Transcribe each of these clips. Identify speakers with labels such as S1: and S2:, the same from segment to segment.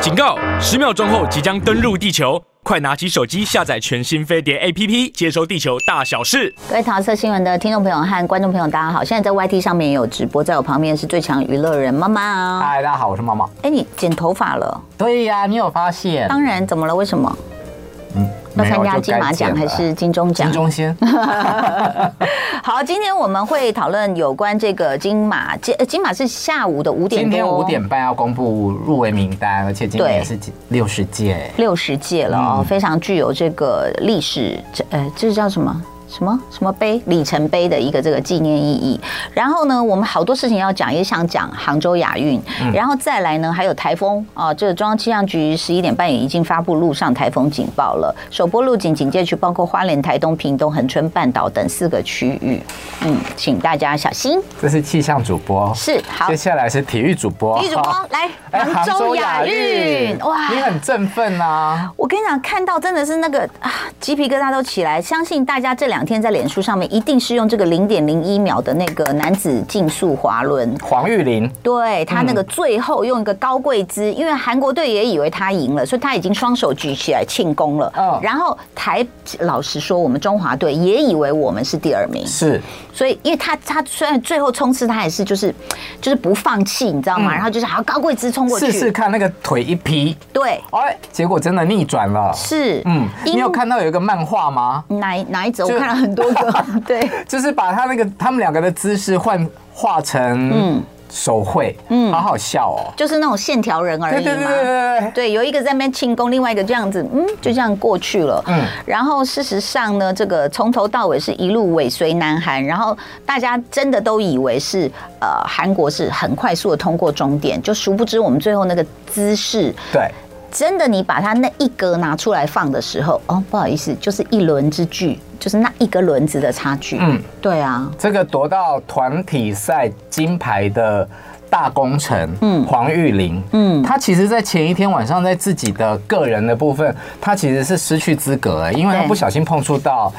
S1: 警告！十秒钟后即将登陆地球，快拿起手机下载全新飞碟 APP，接收地球大小事。
S2: 各位桃色新闻的听众朋友和观众朋友，大家好！现在在 YT 上面也有直播，在我旁边是最强娱乐人妈妈啊！
S3: 嗨，大家好，我是猫猫。
S2: 哎，你剪头发了？
S3: 对呀、你有发现？
S2: 当然，怎么了？为什么？要参加金马奖还是金钟奖
S3: 金？钟先？
S2: 好，今天我们会讨论有关这个金马，金呃金马是下午的五 点
S3: 今
S2: 多，
S3: 天五点半要公布入围名单，而且今
S2: 对
S3: 年也是六十届。
S2: 六十届了哦，非常具有这个历史，这呃，这叫什么？什么什么碑里程碑的一个这个纪念意义，然后呢，我们好多事情要讲，也想讲杭州亚运，然后再来呢，还有台风啊，这个中央气象局十一点半也已经发布陆上台风警报了，首波路警警戒区包括花莲、台东、屏东、恒春半岛等四个区域，嗯，请大家小心。
S3: 这是气象主播，
S2: 是好
S3: 接，下来是体育主播，
S2: 女主播
S3: 好。
S2: 来
S3: 哎
S2: 杭州亚运，哇，
S3: 你很振奋啊！
S2: 我跟你讲，看到真的是那个啊，鸡皮疙瘩都起来。相信大家这两天在脸书上面一定是用这个零点零一秒的那个男子竞速滑轮，
S3: 黄玉玲，
S2: 对他那个最后用一个高跪姿，因为韩国队也以为他赢了，所以他已经双手举起来庆功了。
S3: 嗯
S2: 然后台老实说，我们中华队也以为我们是第二名，
S3: 是
S2: 所以因为他他虽然最后冲刺，他还是就是就是不放弃，你知道吗？
S3: 嗯
S2: 然后就是好高跪姿冲过去，
S3: 试试看那个腿一劈，
S2: 对，
S3: 哎，结果真的逆转了。
S2: 是，
S3: 嗯，你
S2: 因
S3: 有看到有一个漫画吗？
S2: 哪一哪一则？我
S3: 就
S2: 看了很多个， 对，
S3: 就是把他那个他们两个的姿势换画成手绘，嗯，好好笑哦。
S2: 就是那种线条人而
S3: 对
S2: 已嘛。
S3: 对对对对。
S2: 对有一个在那边庆功，另外一个这样子，嗯，就这样过去了。嗯
S3: 嗯，
S2: 然后事实上呢，这个从头到尾是一路尾随南韩，然后大家真的都以为是呃韩国是很快速的通过终点，就殊不知我们最后那个姿势，
S3: 对，
S2: 真的你把它那一格拿出来放的时候，哦，不好意思，就是一轮之距，就是那一个轮子的差距。嗯
S3: 嗯，
S2: 对啊，
S3: 这个夺到团体赛金牌的大功臣，嗯，黄玉玲，嗯，她其实，在前一天晚上，在自己的个人的部分，她其实是失去资格、哎，因为她
S2: 对
S3: 不小心碰触到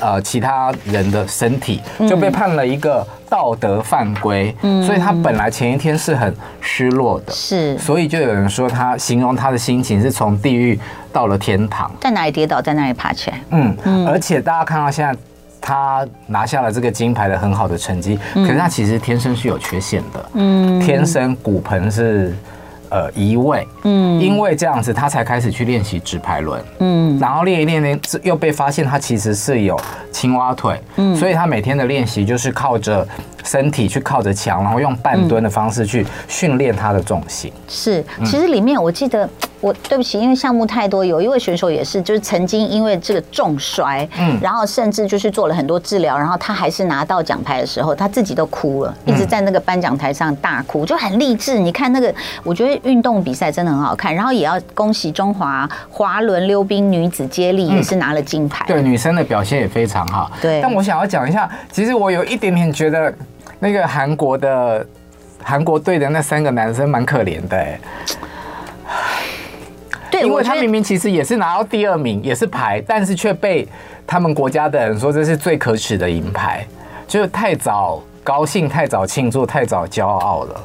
S3: 呃其他人的身体，就被判了一个道德犯规，嗯，所以她本来前一天是很失落的，
S2: 是
S3: 所以就有人说她形容她的心情是从地狱到了天堂。
S2: 在哪里跌倒，在哪里爬起来。
S3: 嗯，而且大家看到现在。他拿下了这个金牌的很好的成绩，可是他其实天生是有缺陷的，嗯，天生骨盆是呃移位，嗯，因为这样子他才开始去练习直排轮，嗯，然后练一练练，又被发现他其实是有青蛙腿，嗯，所以他每天的练习就是靠着身体去靠着墙，然后用半蹲的方式去训练他的重心，
S2: 是，
S3: 嗯
S2: 其实里面我记得，我对不起，因为项目太多，有一位选手也是，就是曾经因为这个重摔，嗯，然后甚至就是做了很多治疗，然后他还是拿到奖牌的时候，他自己都哭了，
S3: 嗯
S2: 一直在那个颁奖台上大哭，就很励志。你看那个，我觉得运动比赛真的很好看，然后也要恭喜中华滑轮溜冰女子接力也是拿了金牌，
S3: 嗯对女生的表现也非常好。
S2: 对
S3: 但我想要讲一下，其实我有一点点觉得那个韩国的韩国队的那三个男生蛮可怜的、哎，
S2: 对，
S3: 因
S2: 我
S3: 为
S2: 觉
S3: 他
S2: 得
S3: 明明其实也是拿到第二名，也是牌，但是却被他们国家的人说这是最可耻的银牌，就是太早高兴、太早庆祝、太早骄傲了。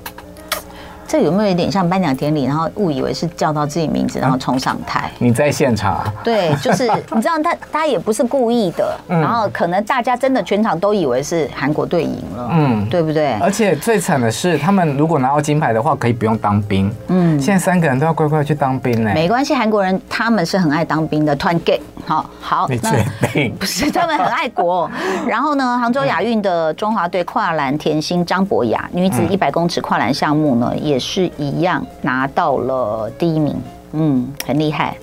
S2: 这有没有一点像颁奖典礼，然后误以为是叫到自己名
S3: 嗯
S2: 字，然后冲上台？
S3: 你在现场啊，
S2: 对，就是你知道他他也不是故意的，
S3: 嗯
S2: 然后可能大家真的全场都以为是韩国队赢了，嗯，对不对？
S3: 而且最惨的是，他们如果拿到金牌的话，可以不用当兵。嗯，现在三个人都要乖乖去当兵欸呢、
S2: 没关系，韩国人他们是很爱当兵的，团 gay，好好，
S3: 你确定？
S2: 不是，他们很爱国。然后呢，杭州亚运的中华队跨栏田心张博雅女子一百公尺跨栏项目呢，也是一样拿到了第一名，嗯，很厉害。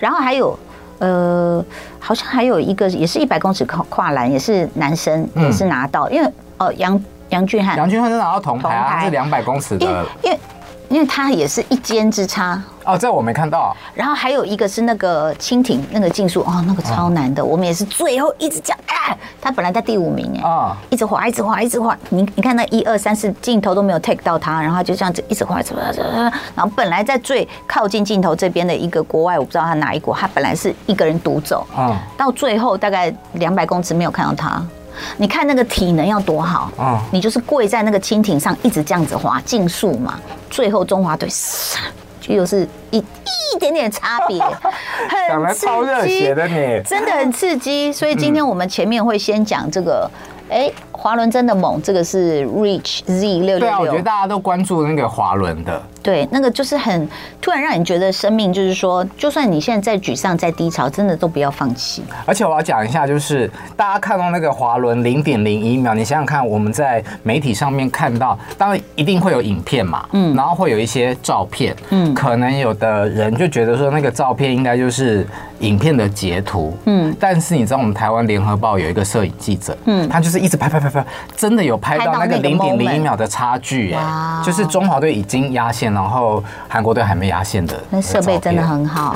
S2: 然后还有。呃，好像还有一个也是一百公尺跨跨栏，也是男生，也是拿到，因为哦杨杨俊翰，
S3: 杨俊瀚是拿到铜牌
S2: 铜
S3: 啊，
S2: 牌
S3: 他是两百公尺
S2: 因为
S3: 的
S2: 因为因为他也是一肩之差，
S3: 哦，这我没看到。
S2: 然后还有一个是那个蜻蜓那个竞速哦，那个超难的，我们也是最后一直讲，啊，他本来在第五名哎，
S3: 啊
S2: 一直滑，一直滑，一直滑，你你看那一二三四镜头都没有 take 到他，然后他就这样子一直滑，一直滑，一直滑然后本来在最靠近镜头这边的一个国外，我不知道他哪一国，他本来是一个人独走，
S3: 嗯
S2: 到最后大概两百公尺没有看到他。你看那个体能要多好，
S3: 嗯
S2: 你就是跪在那个蜻蜓上一直这样子滑竞速嘛，最后中华队唰又是一一点点差 别，
S3: 讲
S2: 很
S3: 来超热
S2: 刺激
S3: 血的你，
S2: 真的很刺激。所以今天我们前面会先讲这个，
S3: 嗯
S2: 哎，滑轮真的猛，这个是 Reach Z 六
S3: 对啊，
S2: 六
S3: 我觉得
S2: 六，
S3: 大家都关注那个滑轮的，
S2: 对，那个就是很突然让你觉得生命就是说，就算你现在再沮丧、再低潮，真的都不要放弃。
S3: 而且我要讲一下，就是大家看到那个滑轮零点零一秒，你想想看，我们在媒体上面看到，当然一定会有影片嘛，嗯，然后会有一些照片，嗯，可能有的人就觉得说那个照片应该就是影片的截图，嗯，但是你知道我们台湾联合报有一个摄影记者，嗯，他就是一直拍拍拍拍，真的有拍到那个
S2: 拍到那
S3: 零
S2: 个
S3: 点零
S2: moment
S3: 一秒的差距、耶，
S2: 哇
S3: 就是中华队已经压线，然后韩国队还没压线的，
S2: 那设备真的。很好。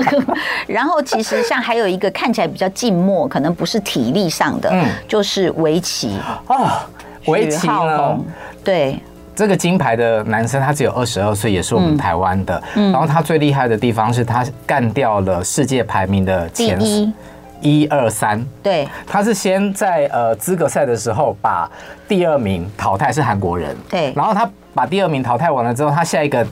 S2: 然后其实像还有一个看起来比较静默，可能不是体力上的，
S3: 嗯
S2: 就是围棋。
S3: 啊，围棋
S2: 许浩
S3: 呢
S2: 宏？，对，
S3: 这个金牌的男生他只有二十二岁，也是我们台湾的。
S2: 嗯
S3: 然后他最厉害的地方是他干掉了世界排名的
S2: 第
S3: 前
S2: 一，
S3: 一二三。
S2: 对，
S3: 他是先在呃资格赛的时候把第二名淘汰，是韩国人。
S2: 对
S3: 然后他把第二名淘汰完了之后，他下一个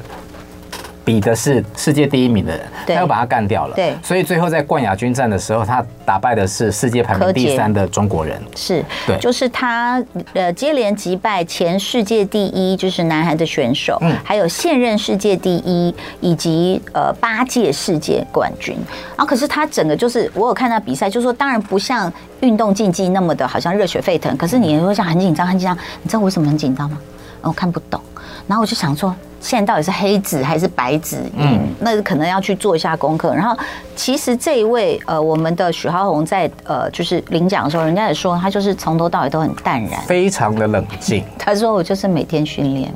S3: 比的是世界第一名的人，他
S2: 对
S3: 又把他干掉了。
S2: 对
S3: 所以最后在冠亚军战的时候，他打败的是世界排名
S2: 柯洁
S3: 第三的中国人。
S2: 是，
S3: 对
S2: 就是他呃接连击败前世界第一，就是南韩的选手，还有现任世界第一以及呃八届世界冠军。然后可是他整个就是我有看到比赛，就是说当然不像运动竞技那么的好像热血沸腾，可是你也会想很紧张很紧张。你知道我为什么很紧张吗？我看不懂，然后我就想说，现在到底是黑纸还是白纸？嗯，那可能要去做一下功课。然后，其实这一位呃，我们的许浩宏在呃，就是领奖的时候，人家也说他就是从头到尾都很淡然。
S3: 非常的冷静，
S2: 他说我就是每天训练，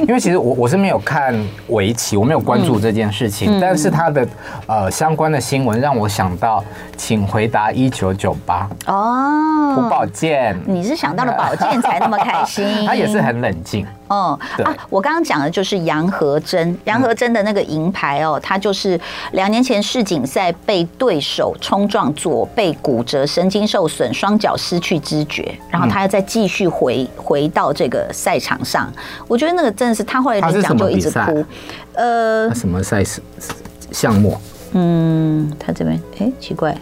S3: 因为其实我我是没有看围棋，我没有关注这件事情，但是他的呃相关的新闻让我想到，请回答一九九八，朴
S2: 哦。
S3: 宝剑，，
S2: 你是想到了保健才那么开心
S3: 他也是很冷静，
S2: 哦
S3: 对嗯
S2: 啊，我刚刚讲的就是杨和珍，杨和珍的那个银牌哦，她就是两年前世锦赛被对手冲撞左背骨折，神经受损，双脚失去知觉，然后她又再继续回
S3: 嗯
S2: 回到这个赛场上。我觉得那个真的是她后来
S3: 她是
S2: 领奖
S3: 什么
S2: 就一直
S3: 比赛
S2: 哭，呃
S3: 那，什么赛事项目？
S2: 嗯，她这边哎奇怪，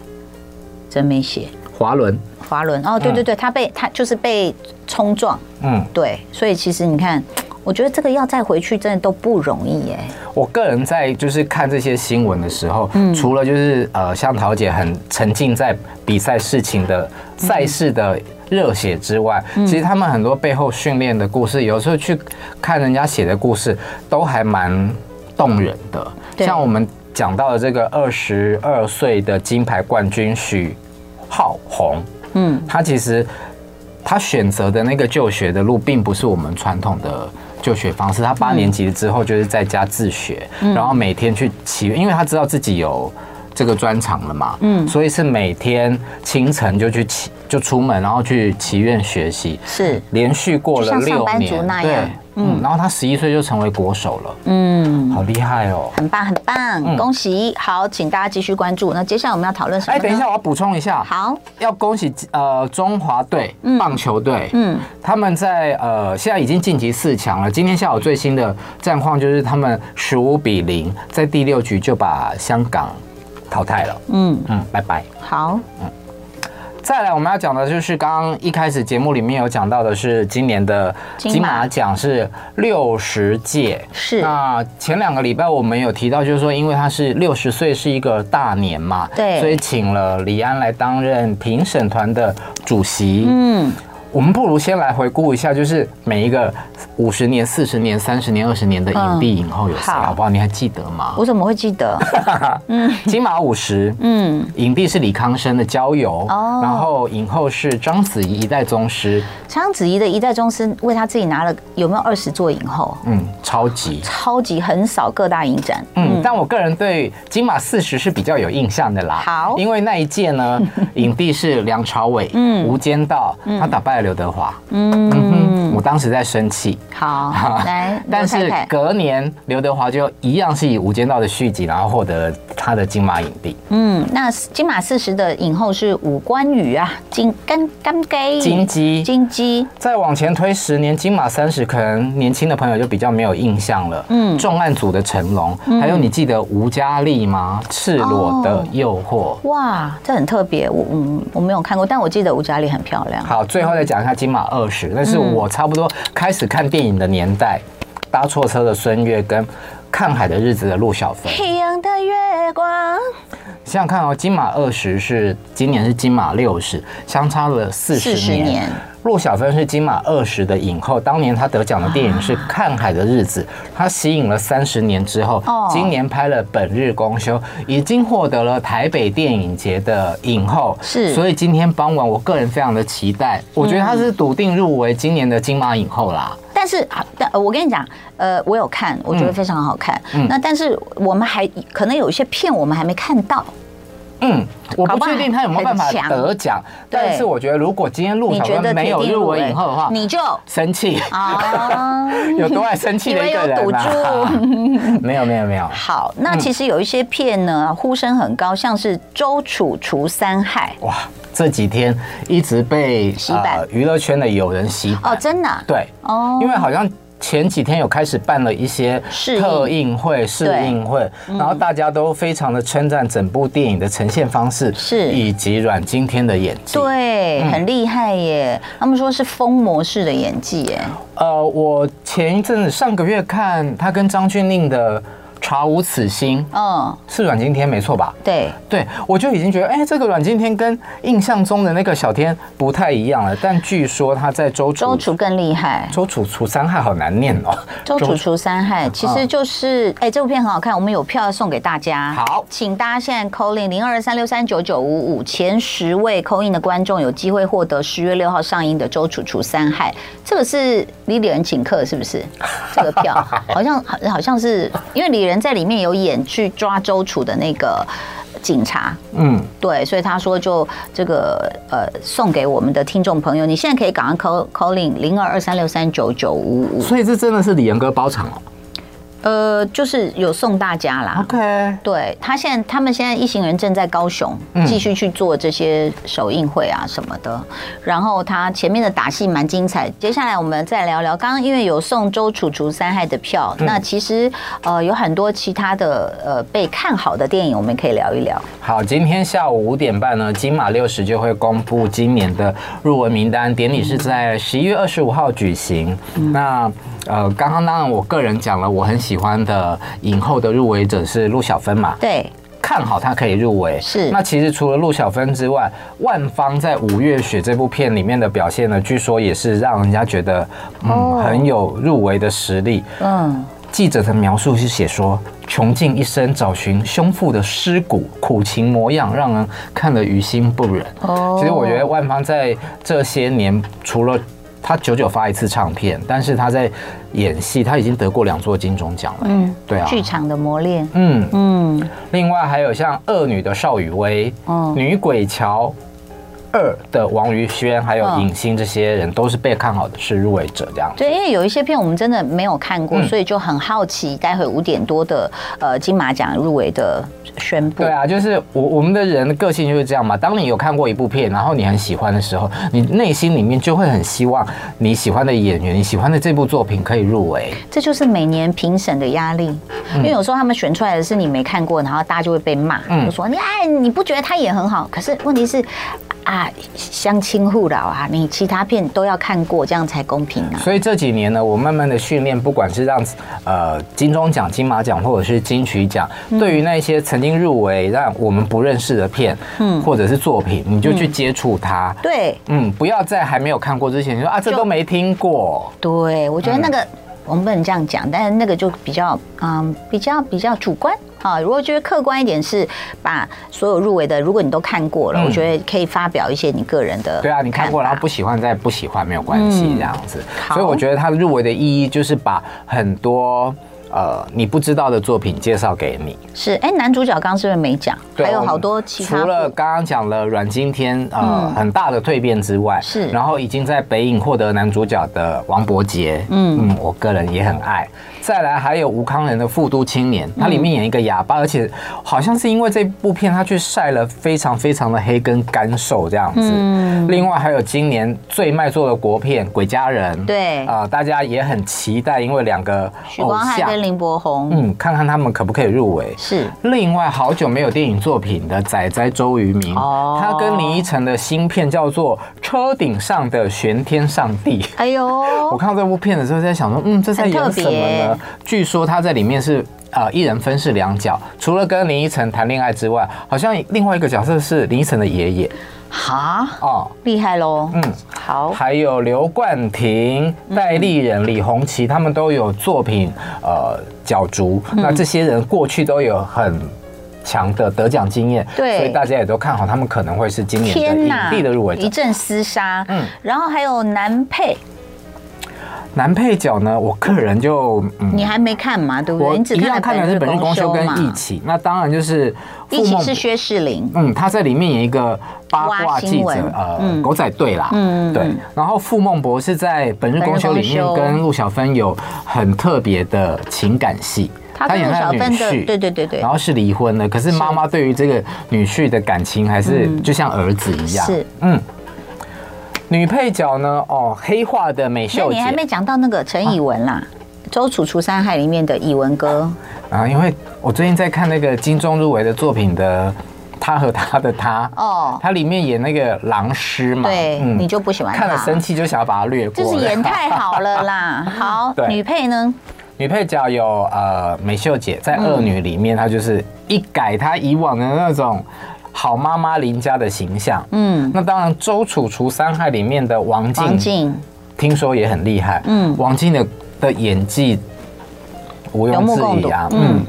S2: 真没写
S3: 滑轮，
S2: 滑轮哦，对对对，她被她就是被冲撞，
S3: 嗯，
S2: 对，所以其实你看，我觉得这个要再回去真的都不容易耶。
S3: 我个人在就是看这些新闻的时候，除了就是呃像桃姐很沉浸在比赛事情的赛事的。热血之外，其实他们很多背后训练的故事，有时候去看人家写的故事，都还蛮动人的。
S2: 对
S3: 像我们讲到的这个二十二岁的金牌冠军许浩宏，
S2: 嗯，
S3: 他其实他选择的那个就学的路，并不是我们传统的就学方式。他八年级之后就是在家自学，
S2: 嗯
S3: 然后每天去骑，因为他知道自己有这个专长了嘛，嗯，所以是每天清晨就去骑，就出门，然后去祈愿学习，
S2: 是
S3: 连续过
S2: 就
S3: 了
S2: 像上
S3: 六
S2: 班族
S3: 年，
S2: 那
S3: 对
S2: 样，
S3: 嗯，然后他十一岁就成为国手了，
S2: 嗯，
S3: 好厉害哦！
S2: 很棒，很
S3: 嗯
S2: 棒，恭喜！好，请大家继续关注。那接下来我们要讨论什么？
S3: 哎，等一下，，我要补充一下，
S2: 好，
S3: 要恭喜呃中华队棒球队，
S2: 嗯
S3: 嗯，他们在呃现在已经晋级四强了。今天下午最新的战况就是他们十五比零，在第六局就把香港淘汰了。
S2: 嗯，
S3: 嗯，拜拜。
S2: 好，
S3: 再来，我们要讲的就是刚刚一开始节目里面有讲到的是今年的
S2: 金马
S3: 金马奖是六十届，
S2: 是
S3: 那前两个礼拜我们有提到，就是说因为他是六十岁是一个大年嘛，
S2: 对
S3: 所以请了李安来担任评审团的主席。
S2: 嗯，
S3: 我们不如先来回顾一下，就是每一个五十年、四十年、三十年、二十年的影帝影后有谁，
S2: 嗯好
S3: 好不好？你还记得 吗？
S2: 我怎么会记 得？
S3: 金马五十，
S2: 嗯，
S3: 影帝是李康生的《郊游》
S2: 哦
S3: 然后影后是章子怡一代宗师，
S2: 章子怡的一代宗师为她自己拿了有没有二十座影后？
S3: 嗯，超级。
S2: 超级很少各大影展，
S3: 嗯，但我个人对金马四十是比较有印象的啦。
S2: 好
S3: 因为那一届呢，影帝是梁朝伟，嗯，《无间道》，他打败刘德华。嗯哼，我当时在生气，
S2: 好，来，
S3: 啊但
S2: 刘太
S3: 是
S2: 太
S3: 隔年刘德华就一样是以《无间道》的续集，然后获得他的金马影帝。
S2: 嗯，那金马四十的影后是武关羽啊，金干干给
S3: 金鸡
S2: 金鸡，
S3: 再往前推十年，金马三十，可能年轻的朋友就比较没有印象了。嗯，重案组的成龙，
S2: 嗯
S3: 还有你记得吴嘉莉吗？赤裸
S2: 哦
S3: 的诱惑。
S2: 哇，这很特别，我嗯我没有看过，但我记得吴嘉莉很漂亮。
S3: 好，最后再讲一下金马二十，那是我差不多开始看电影的年代，搭错车的孙悦跟看海的日子的陆小芬。
S2: 一样的月光，
S3: 想想看哦，金马二十是今年是金马六十，相差了四
S2: 40
S3: 十年。
S2: 年
S3: 陆小芬是金马二十的影后，当年她得奖的电影是《看海的日子》，她吸引了三十年之后，
S2: 哦
S3: 今年拍了《本日公休》，已经获得了台北电影节的影后。
S2: 是
S3: 所以今天傍晚，我个人非常的期待，我觉得她是笃定入围今年的金马影后啦。
S2: 但是啊，但呃我跟你讲，呃，我有看，我觉
S3: 嗯
S2: 得非常好看。那但是我们还可能有一些片我们还没看到，
S3: 嗯，我
S2: 搞
S3: 不
S2: 不好
S3: 确定她有没有办法
S2: 很强
S3: 得奖，
S2: 对
S3: 但是我觉得如果今天陆
S2: 你
S3: 小
S2: 觉得
S3: 芬哦没有
S2: 铁定
S3: 入围影后的话，
S2: 你就
S3: 生 气。
S2: 啊。
S3: 有多爱生气的一个人啊！ 没有没有没有，
S2: 好，
S3: 嗯
S2: 那其实有一些片呢，呼声很高，像是《周楚除三害
S3: 哇，这几天一直被
S2: 洗版
S3: 呃娱乐圈的友人洗》
S2: 哦，
S3: 版，
S2: 真的啊、
S3: 对，
S2: 哦
S3: 因为好像。前几天有开始办了一些
S2: 试映
S3: 特映会、试
S2: 对嗯
S3: 映会，然后大家都非常的称赞整部电影的呈现方式，
S2: 是
S3: 以及阮经天的演技。
S2: 对，
S3: 嗯
S2: 很厉害耶！他们说是疯魔式的演技耶，
S3: 呃，我前一阵子上个月看他跟张钧甯的《查无此心》，
S2: 嗯，
S3: 是阮经天没错吧？
S2: 对，
S3: 对，我就已经觉得，哎、这个阮经天跟印象中的那个小天不太一样了。但据说他在周
S2: 周
S3: 楚
S2: 楚更厉害。
S3: 周楚除三害好难念哦。
S2: 周楚除三害，其实就是哎、这部片很好看，我们有票送给大家。
S3: 好
S2: 请大家现在扣 a 零二三六三九九五五，前十位扣 a 的观众有机会获得十月六号上映的《周楚除三害》，这个是李李仁请客是不 是？这个票好像好好像是因为李仁在里面有演去抓周楚的那个警察，
S3: 嗯，
S2: 对，所以他说就这个呃送给我们的听众朋友，你现在可以赶快 call call in 零二二三六三九九五五，
S3: 所以这真的是李仁哥包场哦。
S2: 呃，就是有送大家啦。
S3: OK，
S2: 对他现在，他们现在一行人正在高雄继续去做这些首映会啊什么的。然后他前面的打戏蛮精彩，接下来我们再聊聊。刚刚因为有送周楚除三害的票，那其实呃有很多其他的呃被看好的电影，我们可以聊一聊。
S3: 好，今天下午五点半呢，金马六十就会公布今年的入围名单，典礼是在十一月二十五号举行。
S2: 嗯
S3: 那呃，刚刚当然我个人讲了，我很喜欢的影后的入围者是陆小芬嘛，
S2: 对，
S3: 看好她可以入围。
S2: 是
S3: 那其实除了陆小芬之外，万芳在《五月雪》这部片里面的表现呢，据说也是让人家觉得嗯、
S2: 哦
S3: 很有入围的实力。
S2: 嗯，
S3: 记者的描述是写说，穷尽一生找寻胸腹的尸骨，苦情模样让人看了于心不忍。
S2: 哦
S3: 其实我觉得万芳在这些年，除了她久久发一次唱片，但是她在演戏，她已经得过两座金钟奖了。
S2: 嗯，
S3: 对啊，
S2: 剧场的磨练，
S3: 嗯，
S2: 嗯，
S3: 另外还有像《恶女》的邵雨薇，
S2: 哦
S3: 女鬼桥》二的王于轩，还有
S2: 嗯
S3: 影星这些人都是被看好的是入围者这样。
S2: 对，因为有一些片我们真的没有看过，
S3: 嗯
S2: 所以就很好奇，待会五点多的呃金马奖入围的宣布。
S3: 对啊，就是我我们的人的个性就是这样嘛。当你有看过一部片，然后你很喜欢的时候，你内心里面就会很希望你喜欢的演员、你喜欢的这部作品可以入围。
S2: 这就是每年评审的压力，
S3: 嗯
S2: 因为有时候他们选出来的是你没看过，然后大家就会被骂，
S3: 嗯
S2: 就说你哎你不觉得他演很好？可是问题是啊，相亲互老啊，你其他片都要看过，这样才公平啊。
S3: 所以这几年呢，我慢慢的训练，不管是让呃金钟奖、金马奖或者是金曲奖，对于那些曾经入围让我们不认识的片，嗯，或者是作品，你就去接触它。
S2: 对
S3: 嗯，不要在还没有看过之前就说啊，这
S2: 就
S3: 都没听过。
S2: 对，我觉得那
S3: 嗯
S2: 个。我们不能这样讲，但是那个就比较，嗯，比较比较主观啊。如果觉得客观一点，是把所有入围的，如果你都看过了，
S3: 嗯
S2: 我觉得可以发表一些你个人的。
S3: 对啊，你看过，然后不喜欢再
S2: 嗯
S3: 不喜欢没有关系，这样子。所以我觉得它入围的意义就是把很多。呃你不知道的作品介绍给你。
S2: 是，哎，男主角刚刚是不是没讲？
S3: 对
S2: 还有
S3: 我们
S2: 好多其他嗯
S3: 除了刚刚讲了阮经天呃、很大的蜕变之外，
S2: 是
S3: 然后已经在北影获得男主角的王伯杰，嗯我个人也很爱。再来还有吴康仁的《复都青
S2: 嗯
S3: 年》，他里面演一个哑巴，而且好像是因为这部片他去晒了非常非常的黑跟干瘦这样子。
S2: 嗯
S3: 另外还有今年最卖座的国片《鬼家人》，
S2: 对
S3: 啊、大家也很期待，因为两个
S2: 许
S3: 偶
S2: 光汉
S3: 像，
S2: 跟林柏宏，
S3: 嗯，看看他们可不可以入围。
S2: 是
S3: 另外，好久没有电影作品的仔仔周渝民，
S2: 哦
S3: 他跟林依晨的新片叫做《车顶上的玄天上帝》。
S2: 哎
S3: 我
S2: 呦，
S3: 看到这部片的时候，在想说，嗯，这在演什么
S2: 很特别
S3: 呢？据说他在里面是呃一人分饰两角，除了跟林依晨谈恋爱之外，好像另外一个角色是林依晨的爷爷
S2: 哈，
S3: 哦，
S2: 厉害喽！
S3: 嗯，
S2: 好，
S3: 还有刘冠廷、戴立人、李红旗，他们都有作品呃角逐。那这些人过去都有很。强的得奖经验，
S2: 对
S3: 所以大家也都看好他们可能会是今年的
S2: 天哪，
S3: 影帝的入围
S2: 一
S3: 者。
S2: 阵厮杀。嗯
S3: 嗯，
S2: 然后还有男配，
S3: 男配角呢，我个人就嗯，
S2: 你还没看嘛？对不
S3: 我
S2: 对？你只
S3: 一样看的
S2: 了
S3: 是《本日公休》跟
S2: 嘛
S3: 《一起》，那当然就是
S2: 一
S3: 傅
S2: 起
S3: 梦
S2: 是薛士林，
S3: 嗯，他在里面演一个八
S2: 挖
S3: 卦
S2: 新
S3: 记者
S2: 闻，
S3: 呃，
S2: 嗯
S3: 狗仔队啦，
S2: 嗯嗯
S3: 对
S2: 嗯。
S3: 然后傅孟博是在《本日公休》里
S2: 本日
S3: 面
S2: 公休
S3: 跟陆小芬有很特别的情感戏，
S2: 他跟
S3: 演
S2: 陆
S3: 他
S2: 小
S3: 女
S2: 芬的，
S3: 婿，
S2: 对对对对
S3: 然，后是离婚的，可是妈妈对于这个女婿的感情还是就像儿子一样，
S2: 嗯是，
S3: 嗯。女配角呢？哦，黑化的
S2: 那
S3: 美秀
S2: 你
S3: 姐
S2: 还没讲到那个陈以文啦，周楚除三害》里面的以文哥，
S3: 啊，因为我最近在看那个金钟入围的作品的《他和他的他》，
S2: 哦
S3: 他里面演那个狼师嘛，
S2: 对你就不喜欢他
S3: 嗯看了生气就想要把他略过，
S2: 就是演太好了啦。 好，
S3: 对
S2: 女配呢？
S3: 女配角有呃美秀姐，在《恶女》里面，她就是一改她以往的那种好妈妈邻家的形象。
S2: 嗯，
S3: 那当然，《周楚除三害》里面的王静，
S2: 王静，
S3: 听说也很厉害。
S2: 嗯
S3: 嗯，王静的的演技毋
S2: 有
S3: 庸
S2: 目共
S3: 置
S2: 睹
S3: 疑啊。
S2: 嗯
S3: 嗯，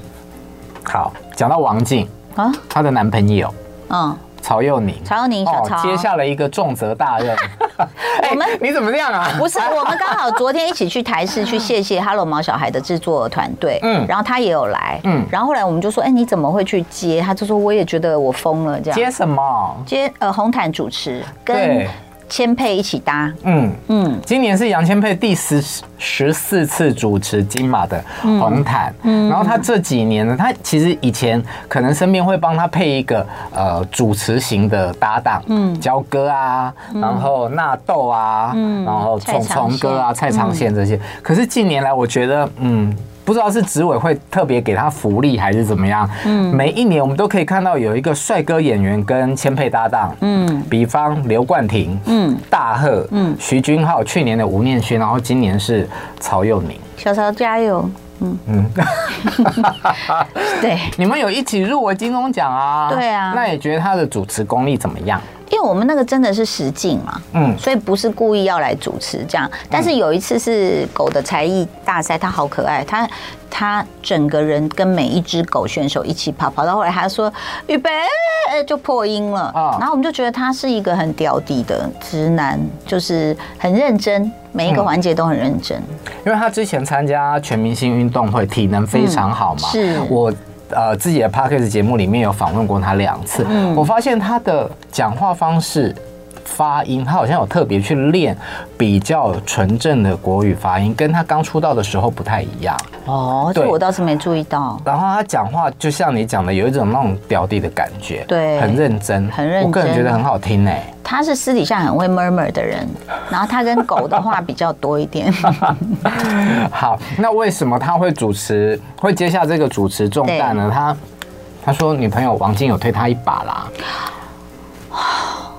S3: 好，讲到王静，
S2: 啊，
S3: 她的男朋友
S2: 嗯，
S3: 曹佑宁，
S2: 曹佑宁小曹
S3: 哦接下了一个重责大任。 哎
S2: 我们
S3: 你怎么这样啊？
S2: 不是，我们刚好昨天一起去台视去谢 谢 Hello 毛小孩的制作团队，嗯
S3: 嗯，
S2: 然后他也有来，嗯
S3: 嗯，
S2: 然后后来我们就说，哎，你怎么会去接？他就说我也觉得我疯了这样。
S3: 接什么？
S2: 接呃红毯主持跟
S3: 对
S2: 千佩一起搭，
S3: 嗯。
S2: 嗯，
S3: 今年是杨千霈第十十四次主持金马的红毯，然后她这几年呢，她其实以前可能身边会帮她配一个呃主持型的搭档，嗯，焦哥啊，然后纳豆啊，然后
S2: 蔡
S3: 虫
S2: 长
S3: 虫哥啊、
S2: 宪
S3: 蔡长宪这些。可是近年来，我觉得嗯。不知道是执委会特别给她福利还是怎么样，嗯，每一年我们都可以看到有一个帅哥演员跟千霈搭档，嗯，比方刘冠廷，嗯，大贺，嗯，徐君浩，去年的吴念轩，然后今年是曹佑宁，
S2: 小曹加油，
S3: 嗯
S2: 嗯嗯， 对，
S3: 你们有一起入围金钟奖啊？
S2: 对啊
S3: 那你觉得他的主持功力怎么样？
S2: 因为我们那个真的是实境嘛，
S3: 嗯
S2: 所以不是故意要来主持这样。但是有一次是狗的才艺大赛，它好可爱，它它整个人跟每一只狗选手一起跑，跑到后来他说预备呃就破音了，
S3: 啊
S2: 然后我们就觉得他是一个很屌底的直男，就是很认真，每一个环节都很认真。
S3: 因为他之前参加全明星运动会，体能非常好嘛。
S2: 嗯是
S3: 我呃自己的 podcast 节目里面有访问过他两次，
S2: 嗯
S3: 我发现他的讲话方式。发音，他好像有特别去练比较纯正的国语发音，跟他刚出道的时候不太一样。
S2: 哦，这
S3: 对
S2: 我倒是没注意到。
S3: 然后他讲话就像你讲的，有一种那种表弟的感觉，
S2: 对
S3: 很认真，
S2: 很认真
S3: 我个人觉得很好听哎。
S2: 他是私底下很会 murmur 的人，然后他跟狗的话比较多一 点。
S3: 好，那为什么他会主持，会接下这个主持重担呢？他他说女朋友王晶有推他一 把啦。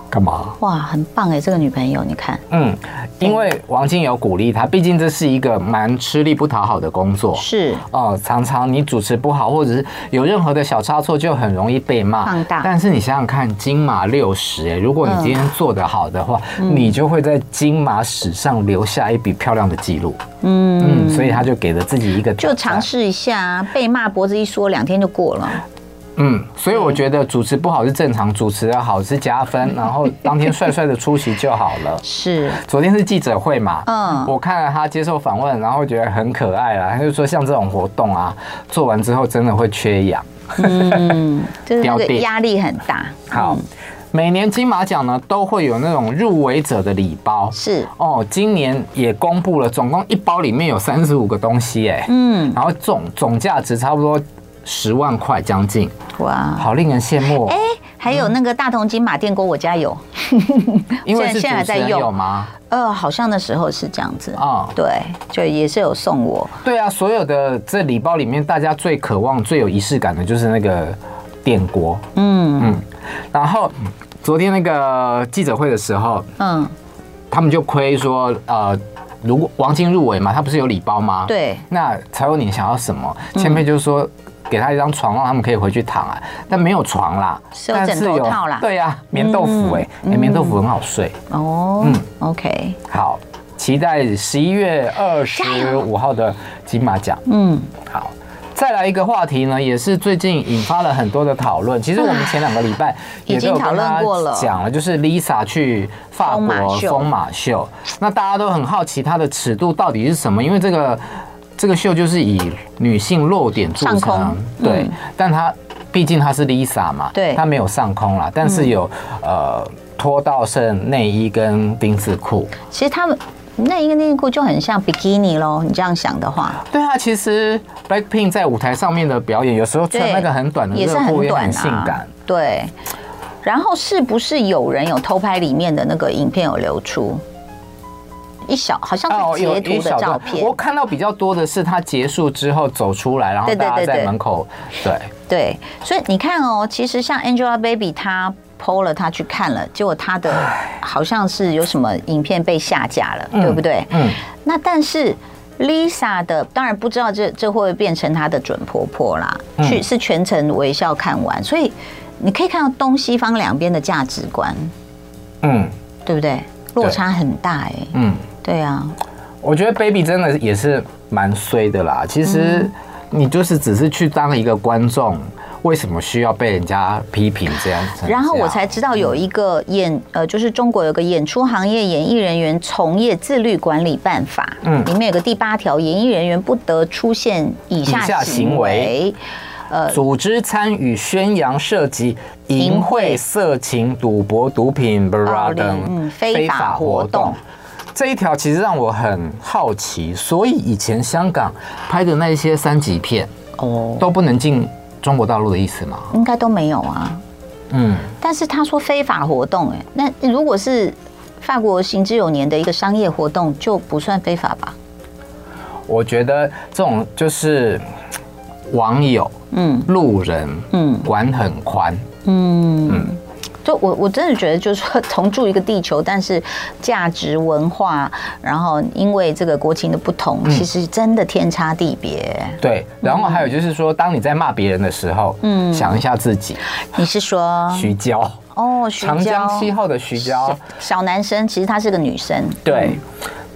S3: 干嘛？
S2: 哇，很棒哎，这个女朋友，你看
S3: 嗯，因为王晶有鼓励他，毕竟这是一个蛮吃力不讨好的工作。
S2: 是
S3: 哦，常常你主持不好，或者是有任何的小差错，就很容易被骂。
S2: 放大
S3: 但是你想想看，金马六十，哎，如果你今天做得好的话，
S2: 嗯
S3: 你就会在金马史上留下一笔漂亮的记录。嗯所以他就给了自己一个挑
S2: 就
S3: 战
S2: 尝试一下啊，被骂脖子一缩，两天就过了。
S3: 嗯，所以我觉得主持不好是正常，主持的好是 加分，然后当天帅帅的出席就好了。
S2: 是
S3: 昨天是记者会嘛，
S2: 嗯
S3: 我看了他接受访问，然后觉得很可爱啊啦。他就说像这种活动啊，做完之后真的会缺氧。
S2: 就是那
S3: 标
S2: 个
S3: 定
S2: 压力很大。嗯
S3: 好，每年金马奖呢都会有那种入围者的礼包，
S2: 是
S3: 哦，今年也公布了，总共一包里面有三十五个东西，哎，
S2: 嗯，
S3: 然后总总价值差不多十万块将近，
S2: 哇，
S3: 好令人羡慕哦。
S2: 哎，还有那个大同金马电锅，我家有。
S3: 因为是
S2: 现在
S3: 主
S2: 现在
S3: 持
S2: 在
S3: 人
S2: 用
S3: 有吗？
S2: 呃，好像那时候是这样子
S3: 啊
S2: 对，就也是有送我，
S3: 对啊，所有的这礼包里面，大家最渴望、最有仪式感的就是那个电锅。
S2: 嗯
S3: 嗯，然后昨天那个记者会的时候，
S2: 嗯，
S3: 他们就亏说，呃，如果王晶入围嘛，他不是有礼包吗？，
S2: 对，嗯
S3: 那才有你想要什么？前辈就说。给他一张床，让他们可以回去躺啊，但没有床啦，
S2: 是有
S3: 但
S2: 枕头套啦嗯
S3: 对呀、棉豆腐哎、哎、棉豆腐很好睡。
S2: 哦、
S3: 嗯
S2: o k
S3: 好，期待十一月二十五号的金马奖。
S2: 嗯，
S3: 好，再来一个话题呢，也是最近引发了很多的讨论。其实我们前两个礼拜也
S2: 已
S3: 都
S2: 经
S3: 有跟大
S2: 讨论过了
S3: 家讲了，就是 Lisa 去法
S2: 疯马
S3: 国
S2: 秀
S3: 疯马秀，那大家都很好奇它的尺度到底是什么，因为这个这个秀就是以女性落点著
S2: 上空嗯
S3: 称，对，但它毕竟她是 Lisa 嘛，
S2: 对
S3: 她没有上空啦，但是有、呃脱到剩内衣跟丁字裤。
S2: 其实他们那一个内裤就很像比基尼咯，你这样想的话，
S3: 对啊，其实 Blackpink 在舞台上面的表演，有时候穿
S2: 对
S3: 那个很短的
S2: 也
S3: 热
S2: 是
S3: 裤
S2: 很
S3: 也
S2: 短
S3: 很
S2: 啊，
S3: 性感。
S2: 对。然后是不是有人有偷拍里面的那个影片有流出？一小好像是截
S3: 哦一
S2: 图的
S3: 小
S2: 照
S3: 段
S2: 片，
S3: 我看到比较多的是他结束之后走出来，然后
S2: 对对
S3: 大家
S2: 对
S3: 在
S2: 对
S3: 门口，对，
S2: 对，所以你看哦，其实像 Angelababy 她 PO 了，她去看了，结果她的好像是有什么影片被下架了，对不对？
S3: 嗯，
S2: 那但是 Lisa 的当然不知道这这会不会变成她的准婆婆啦，
S3: 嗯
S2: 去是全程微笑看完，所以你可以看到东西方两边的价值观，
S3: 嗯
S2: 对不对？落差很大哎、
S3: 嗯，
S2: 对啊，
S3: 我觉得 Baby 真的也是蛮衰的啦。其
S2: 嗯
S3: 实你就是只是去当一个观众，为什么需要被人家批评这样成这
S2: 然
S3: 样？
S2: 后我才知道有一个演呃，就是中国有个演出行业演艺人员从业自律管理办法，
S3: 嗯
S2: 嗯，里面有个第八条，演艺人员不得出现以
S3: 以下
S2: 下
S3: 行
S2: 行
S3: 为
S2: 为，
S3: 组织参与宣扬涉及淫
S2: 淫
S3: 秽、
S2: 秽
S3: 色情、赌博、毒品、b r
S2: 暴
S3: a
S2: 力
S3: 等
S2: 嗯非法活动。
S3: 这一条其实让我很好奇，所以以前香港拍的那些三级片
S2: 哦，
S3: 都不能进中国大陆的意思吗？
S2: 应该都没有啊。
S3: 嗯，
S2: 但是他说非法活动、哎，那如果是法国行之有年的一个商业活动，就不算非法吧？
S3: 我觉得这种就是网友、
S2: 嗯
S3: 路人，嗯
S2: 嗯，
S3: 管很宽。
S2: 嗯。就我我真的觉得，就是说同住一个地球，但是价值文化，然后因为这个国情的不同，其实真的天差地别。
S3: 对，
S2: 嗯
S3: 然后还有就是说，当你在骂别人的时候，嗯，想一下自己，
S2: 你是说
S3: 徐娇，
S2: 哦，啊徐
S3: 长江
S2: 娇
S3: 七号的徐娇
S2: 小，小男生，其实她是个女生，
S3: 对。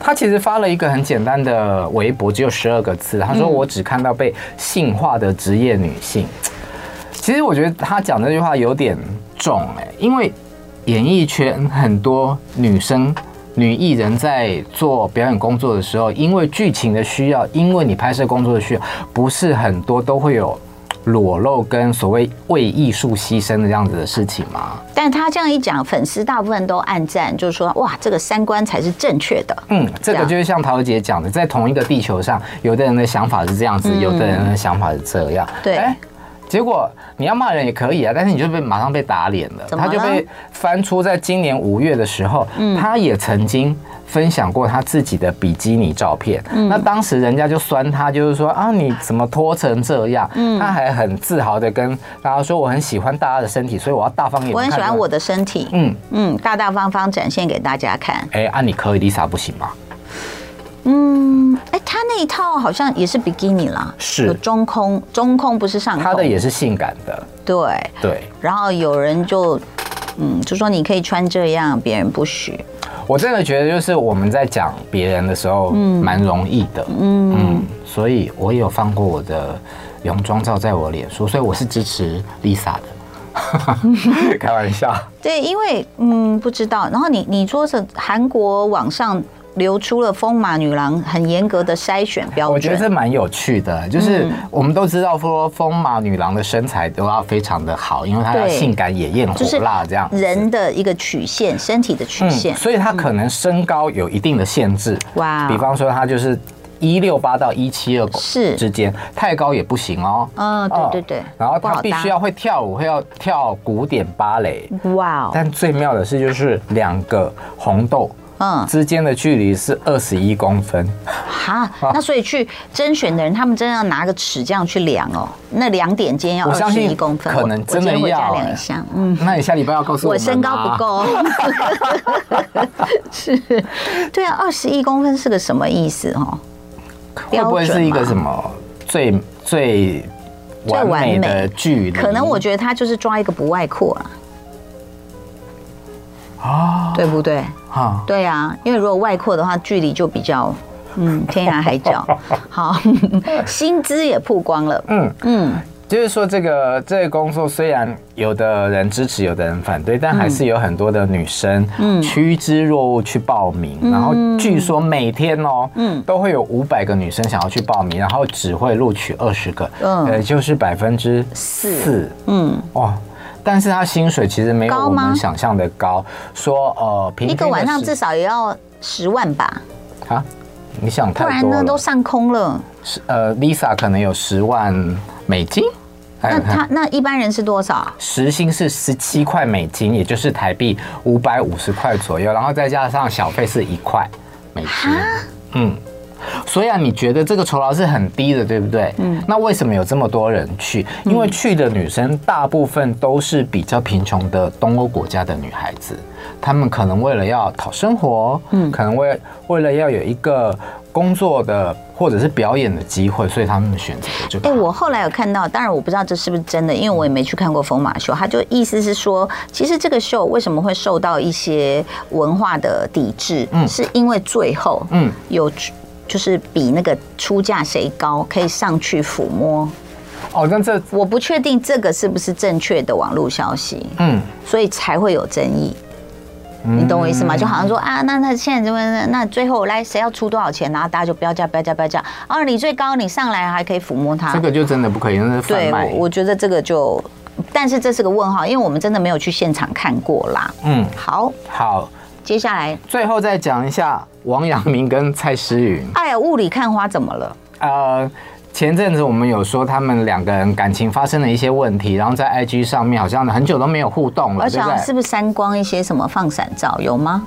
S3: 他其实发了一个很简单的微博，只有十二个字。他说：“我只看到被性化的职业女性。其实我觉得他讲这句话有点重哎、因为演艺圈很多女生、女艺人在做表演工作的时候，因为剧情的需要，因为你拍摄工作的需要，不是很多都会有裸露跟所谓为艺术牺牲的这样子的事情吗？
S2: 但她这样一讲，粉丝大部分都暗赞，就是说哇，这个三观才是正确的。
S3: 嗯，这个
S2: 对啊
S3: 就是像桃姐讲的，在同一个地球上，有的人的想法是这样子，有的人的想法是这样。
S2: 嗯对
S3: 哎结果你要骂人也可以啊，但是你就被马上被打脸了。
S2: 怎么嗯
S3: 他就
S2: 了
S3: 被翻出，在今年五月的时候，他也曾经分享过他自己的比基尼照片。
S2: 嗯
S3: 那当时人家就酸他，就是说啊，你怎么脱成这样？
S2: 嗯
S3: 他还很自豪的跟大家说，我很喜欢大家的身体，所以我要大方给你
S2: 我
S3: 们
S2: 很
S3: 看
S2: 喜欢
S3: 这
S2: 我的身体，
S3: 嗯，
S2: 嗯，大大方方展现给大家看。
S3: 哎，啊，你可以，Lisa 不行吗？
S2: 嗯，哎、她那一套好像也是比基尼啦，
S3: 是
S2: 有中空，中空不是上空，
S3: 他的也是性感的，
S2: 对。
S3: 对。
S2: 然后有人就，嗯，就说你可以穿这样，别人不许。
S3: 我真的觉得，就是我们在讲
S2: 嗯
S3: 嗯别人的时候，蛮容易的，嗯所以我也有放过我的泳装照在我脸书，所以我是支持 Lisa 的，开玩笑。
S2: 对，因为嗯不知道，然后你你说是韩国网上流出了风马女郎很严格的筛选标准，
S3: 我觉得这蛮有趣的，就是
S2: 嗯
S3: 我们都知道说风马女郎的身材都要非常的好，因为她要
S2: 对
S3: 性感野艳火
S2: 就是
S3: 辣这样子。嗯
S2: 人的一个曲线，身体的曲线，
S3: 所以她可能身高有一定的限制。
S2: 哇
S3: 嗯比方说她就是一六八到一七二
S2: 是
S3: 之间，太高也不行哦。
S2: 嗯，
S3: 哦
S2: 对对对，
S3: 然后
S2: 不
S3: 她
S2: 好
S3: 必
S2: 搭
S3: 须要会跳舞，会要跳古典芭蕾。
S2: 哇哦，
S3: 但最妙的是，就是两个红豆
S2: 嗯，
S3: 之间的距离是二十一公分。
S2: 哈，
S3: 哦
S2: 那所以去甄选的人，他们真的要拿个尺这样去量哦，那量点间要
S3: 我
S2: 二
S3: 相
S2: 十
S3: 信
S2: 一公分，
S3: 可
S2: 我
S3: 能
S2: 我
S3: 真
S2: 今
S3: 的
S2: 天回家
S3: 要
S2: 量
S3: 哎
S2: 一下，嗯。
S3: 那你下礼拜要告诉我
S2: 我
S3: 们啊吗
S2: 身高不，够， 是，对啊，二十一公分是个什么意思哦？
S3: 会不会是一个什么最最完美
S2: 最完美
S3: 的距离？
S2: 可能我觉得他就是抓一个不外扩啊，
S3: 啊
S2: 对不对？
S3: 啊，
S2: 对啊，因为如果外扩的话，距离就比较。嗯，天涯海 角，好，薪资也曝光了，
S3: 嗯。
S2: 嗯，
S3: 就是说，这个这个工作虽然有的人支持，有的人反对，但还是有很多的女生
S2: 嗯
S3: 趋之若鹜去报名。然后据说每天哦，
S2: 嗯
S3: 都会有五百个女生想要去报名，然后只会录取二十个，
S2: 嗯
S3: 呃，就是百分之四，
S2: 嗯，
S3: 哇。但是他薪水其实没有
S2: 高
S3: 我
S2: 吗
S3: 们想象的高，说呃，
S2: 一
S3: 平均
S2: 个
S3: 的
S2: 晚上
S3: 时
S2: 至少也要十万吧，
S3: 啊，你想
S2: 不
S3: 太
S2: 然
S3: 多
S2: 呢
S3: 了
S2: 都上空了。
S3: 是呃，Lisa 可能有十万美金，
S2: 那
S3: 哎
S2: 他那一般人是多少啊？
S3: 时薪是十七块美金，也就是台币五百五十块左右，然后再加上小费是一块美金。嗯，所以啊，你觉得这个酬劳是很低的，对不对？嗯。那为什么有这么多人去？因为去的女生大部分都是比较贫穷的东欧国家的女孩子，她们可能为了要讨生活，嗯，可能为为了要有一个工作的或者是表演的机会，所以她们选择了这个
S2: 哎、
S3: 行业。
S2: 我后来有看到，当然我不知道这是不是真的，因为我也没去看过疯马秀。他就意思是说，其实这个秀为什么会受到一些文化的抵制，
S3: 嗯
S2: 是因为最后
S3: 嗯
S2: 有出就是比那个出价谁高，可以上去抚摸。
S3: 哦，那这
S2: 我不确定这个是不是正确的网络消息，
S3: 嗯。
S2: 所以才会有争议。你懂我意思吗？就好像说啊，那那现在这边那最后来谁要出多少钱，然后大家就标价标价标价。哦，你最高，你上来还可以抚摸他。
S3: 这个就真的不可以，那是贩
S2: 对，
S3: 卖。
S2: 我我觉得这个就，但是这是个问号，因为我们真的没有去现场看过啦。
S3: 嗯，
S2: 好，
S3: 好，
S2: 接下来，
S3: 最后再讲一下王阳明跟蔡诗芸。
S2: 哎呀，雾里看花怎么了？
S3: 呃，前阵子我们有说他们两个人感情发生了一些问题，然后在 IG 上面好像很久都嗯没有互动了，
S2: 而且
S3: 对不
S2: 好像
S3: 对
S2: 是？不是删光一些什么放闪照，有吗？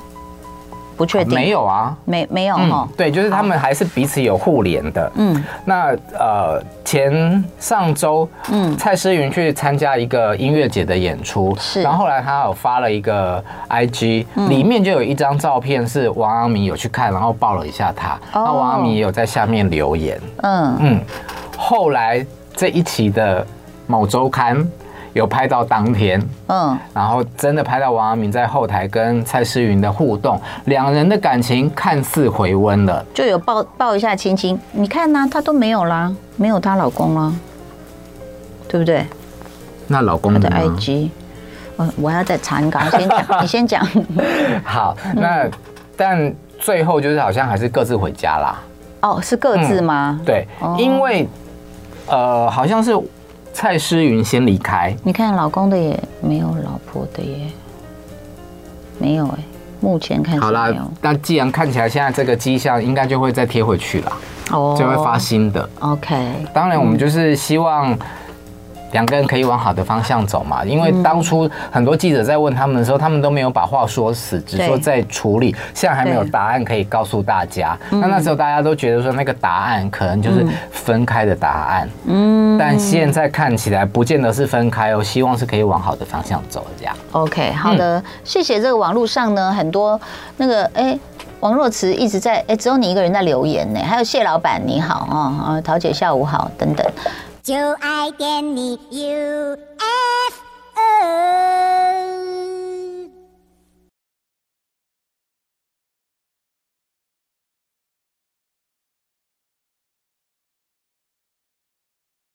S2: 不确定，
S3: 没有啊，
S2: 没没有哈
S3: 嗯，，对，就是他们还是彼此有互联的。
S2: 嗯
S3: 嗯，那呃，前上周，嗯，蔡诗芸去参加一个音乐节的演出，
S2: 是
S3: 然后后来她有发了一个 IG，、里面就有一张照片是王阳明有去看，然后抱了一下她，那王阳明也有在下面留言。
S2: 嗯，
S3: 嗯，后来这一期的某周刊有拍到当天，
S2: 嗯，
S3: 然后真的拍到王阳明在后台跟蔡诗芸的互动，两人的感情看似回温了。
S2: 就有抱抱一下亲亲，你看呐、她都没有啦，没有她老公啦，对不对？
S3: 那老公
S2: 她的
S3: 的呢？
S2: IG，我我要再查，你赶快先 讲，你先讲。
S3: 好，
S2: 嗯
S3: 那、但最后就是好像还是各自回家啦。
S2: 哦，是各自吗？
S3: 对，
S2: 哦
S3: 因为呃，好像是蔡诗芸先离开，
S2: 你看老公的也没有，老婆的也没有哎、目前看
S3: 好
S2: 是
S3: 啦
S2: 没有，
S3: 那既然看起来现在这个迹象，应该就会再贴回去啦，
S2: 哦
S3: 就会发新的。
S2: OK，
S3: 当然，我们就是希望两个人可以往好的方向走嘛。因为当初很多记者在问他们的时候，他们都没有把话说死，只
S2: 对
S3: 说在处理，现在还没有
S2: 对
S3: 答案可以告诉大家。那那时候大家都觉得说那个答案可能就是分开的答案，
S2: 嗯
S3: 但现在看起来不见得是分开哦，希望是可以往好的方向走这样。
S2: ，OK，好的，
S3: 嗯
S2: 谢谢这个网络上呢很多那个哎。王若慈一直在哎、只有你一个人在留言呢。还有谢老板哦你好哦，啊，桃姐下午好等等。
S4: 就爱点你 UFO。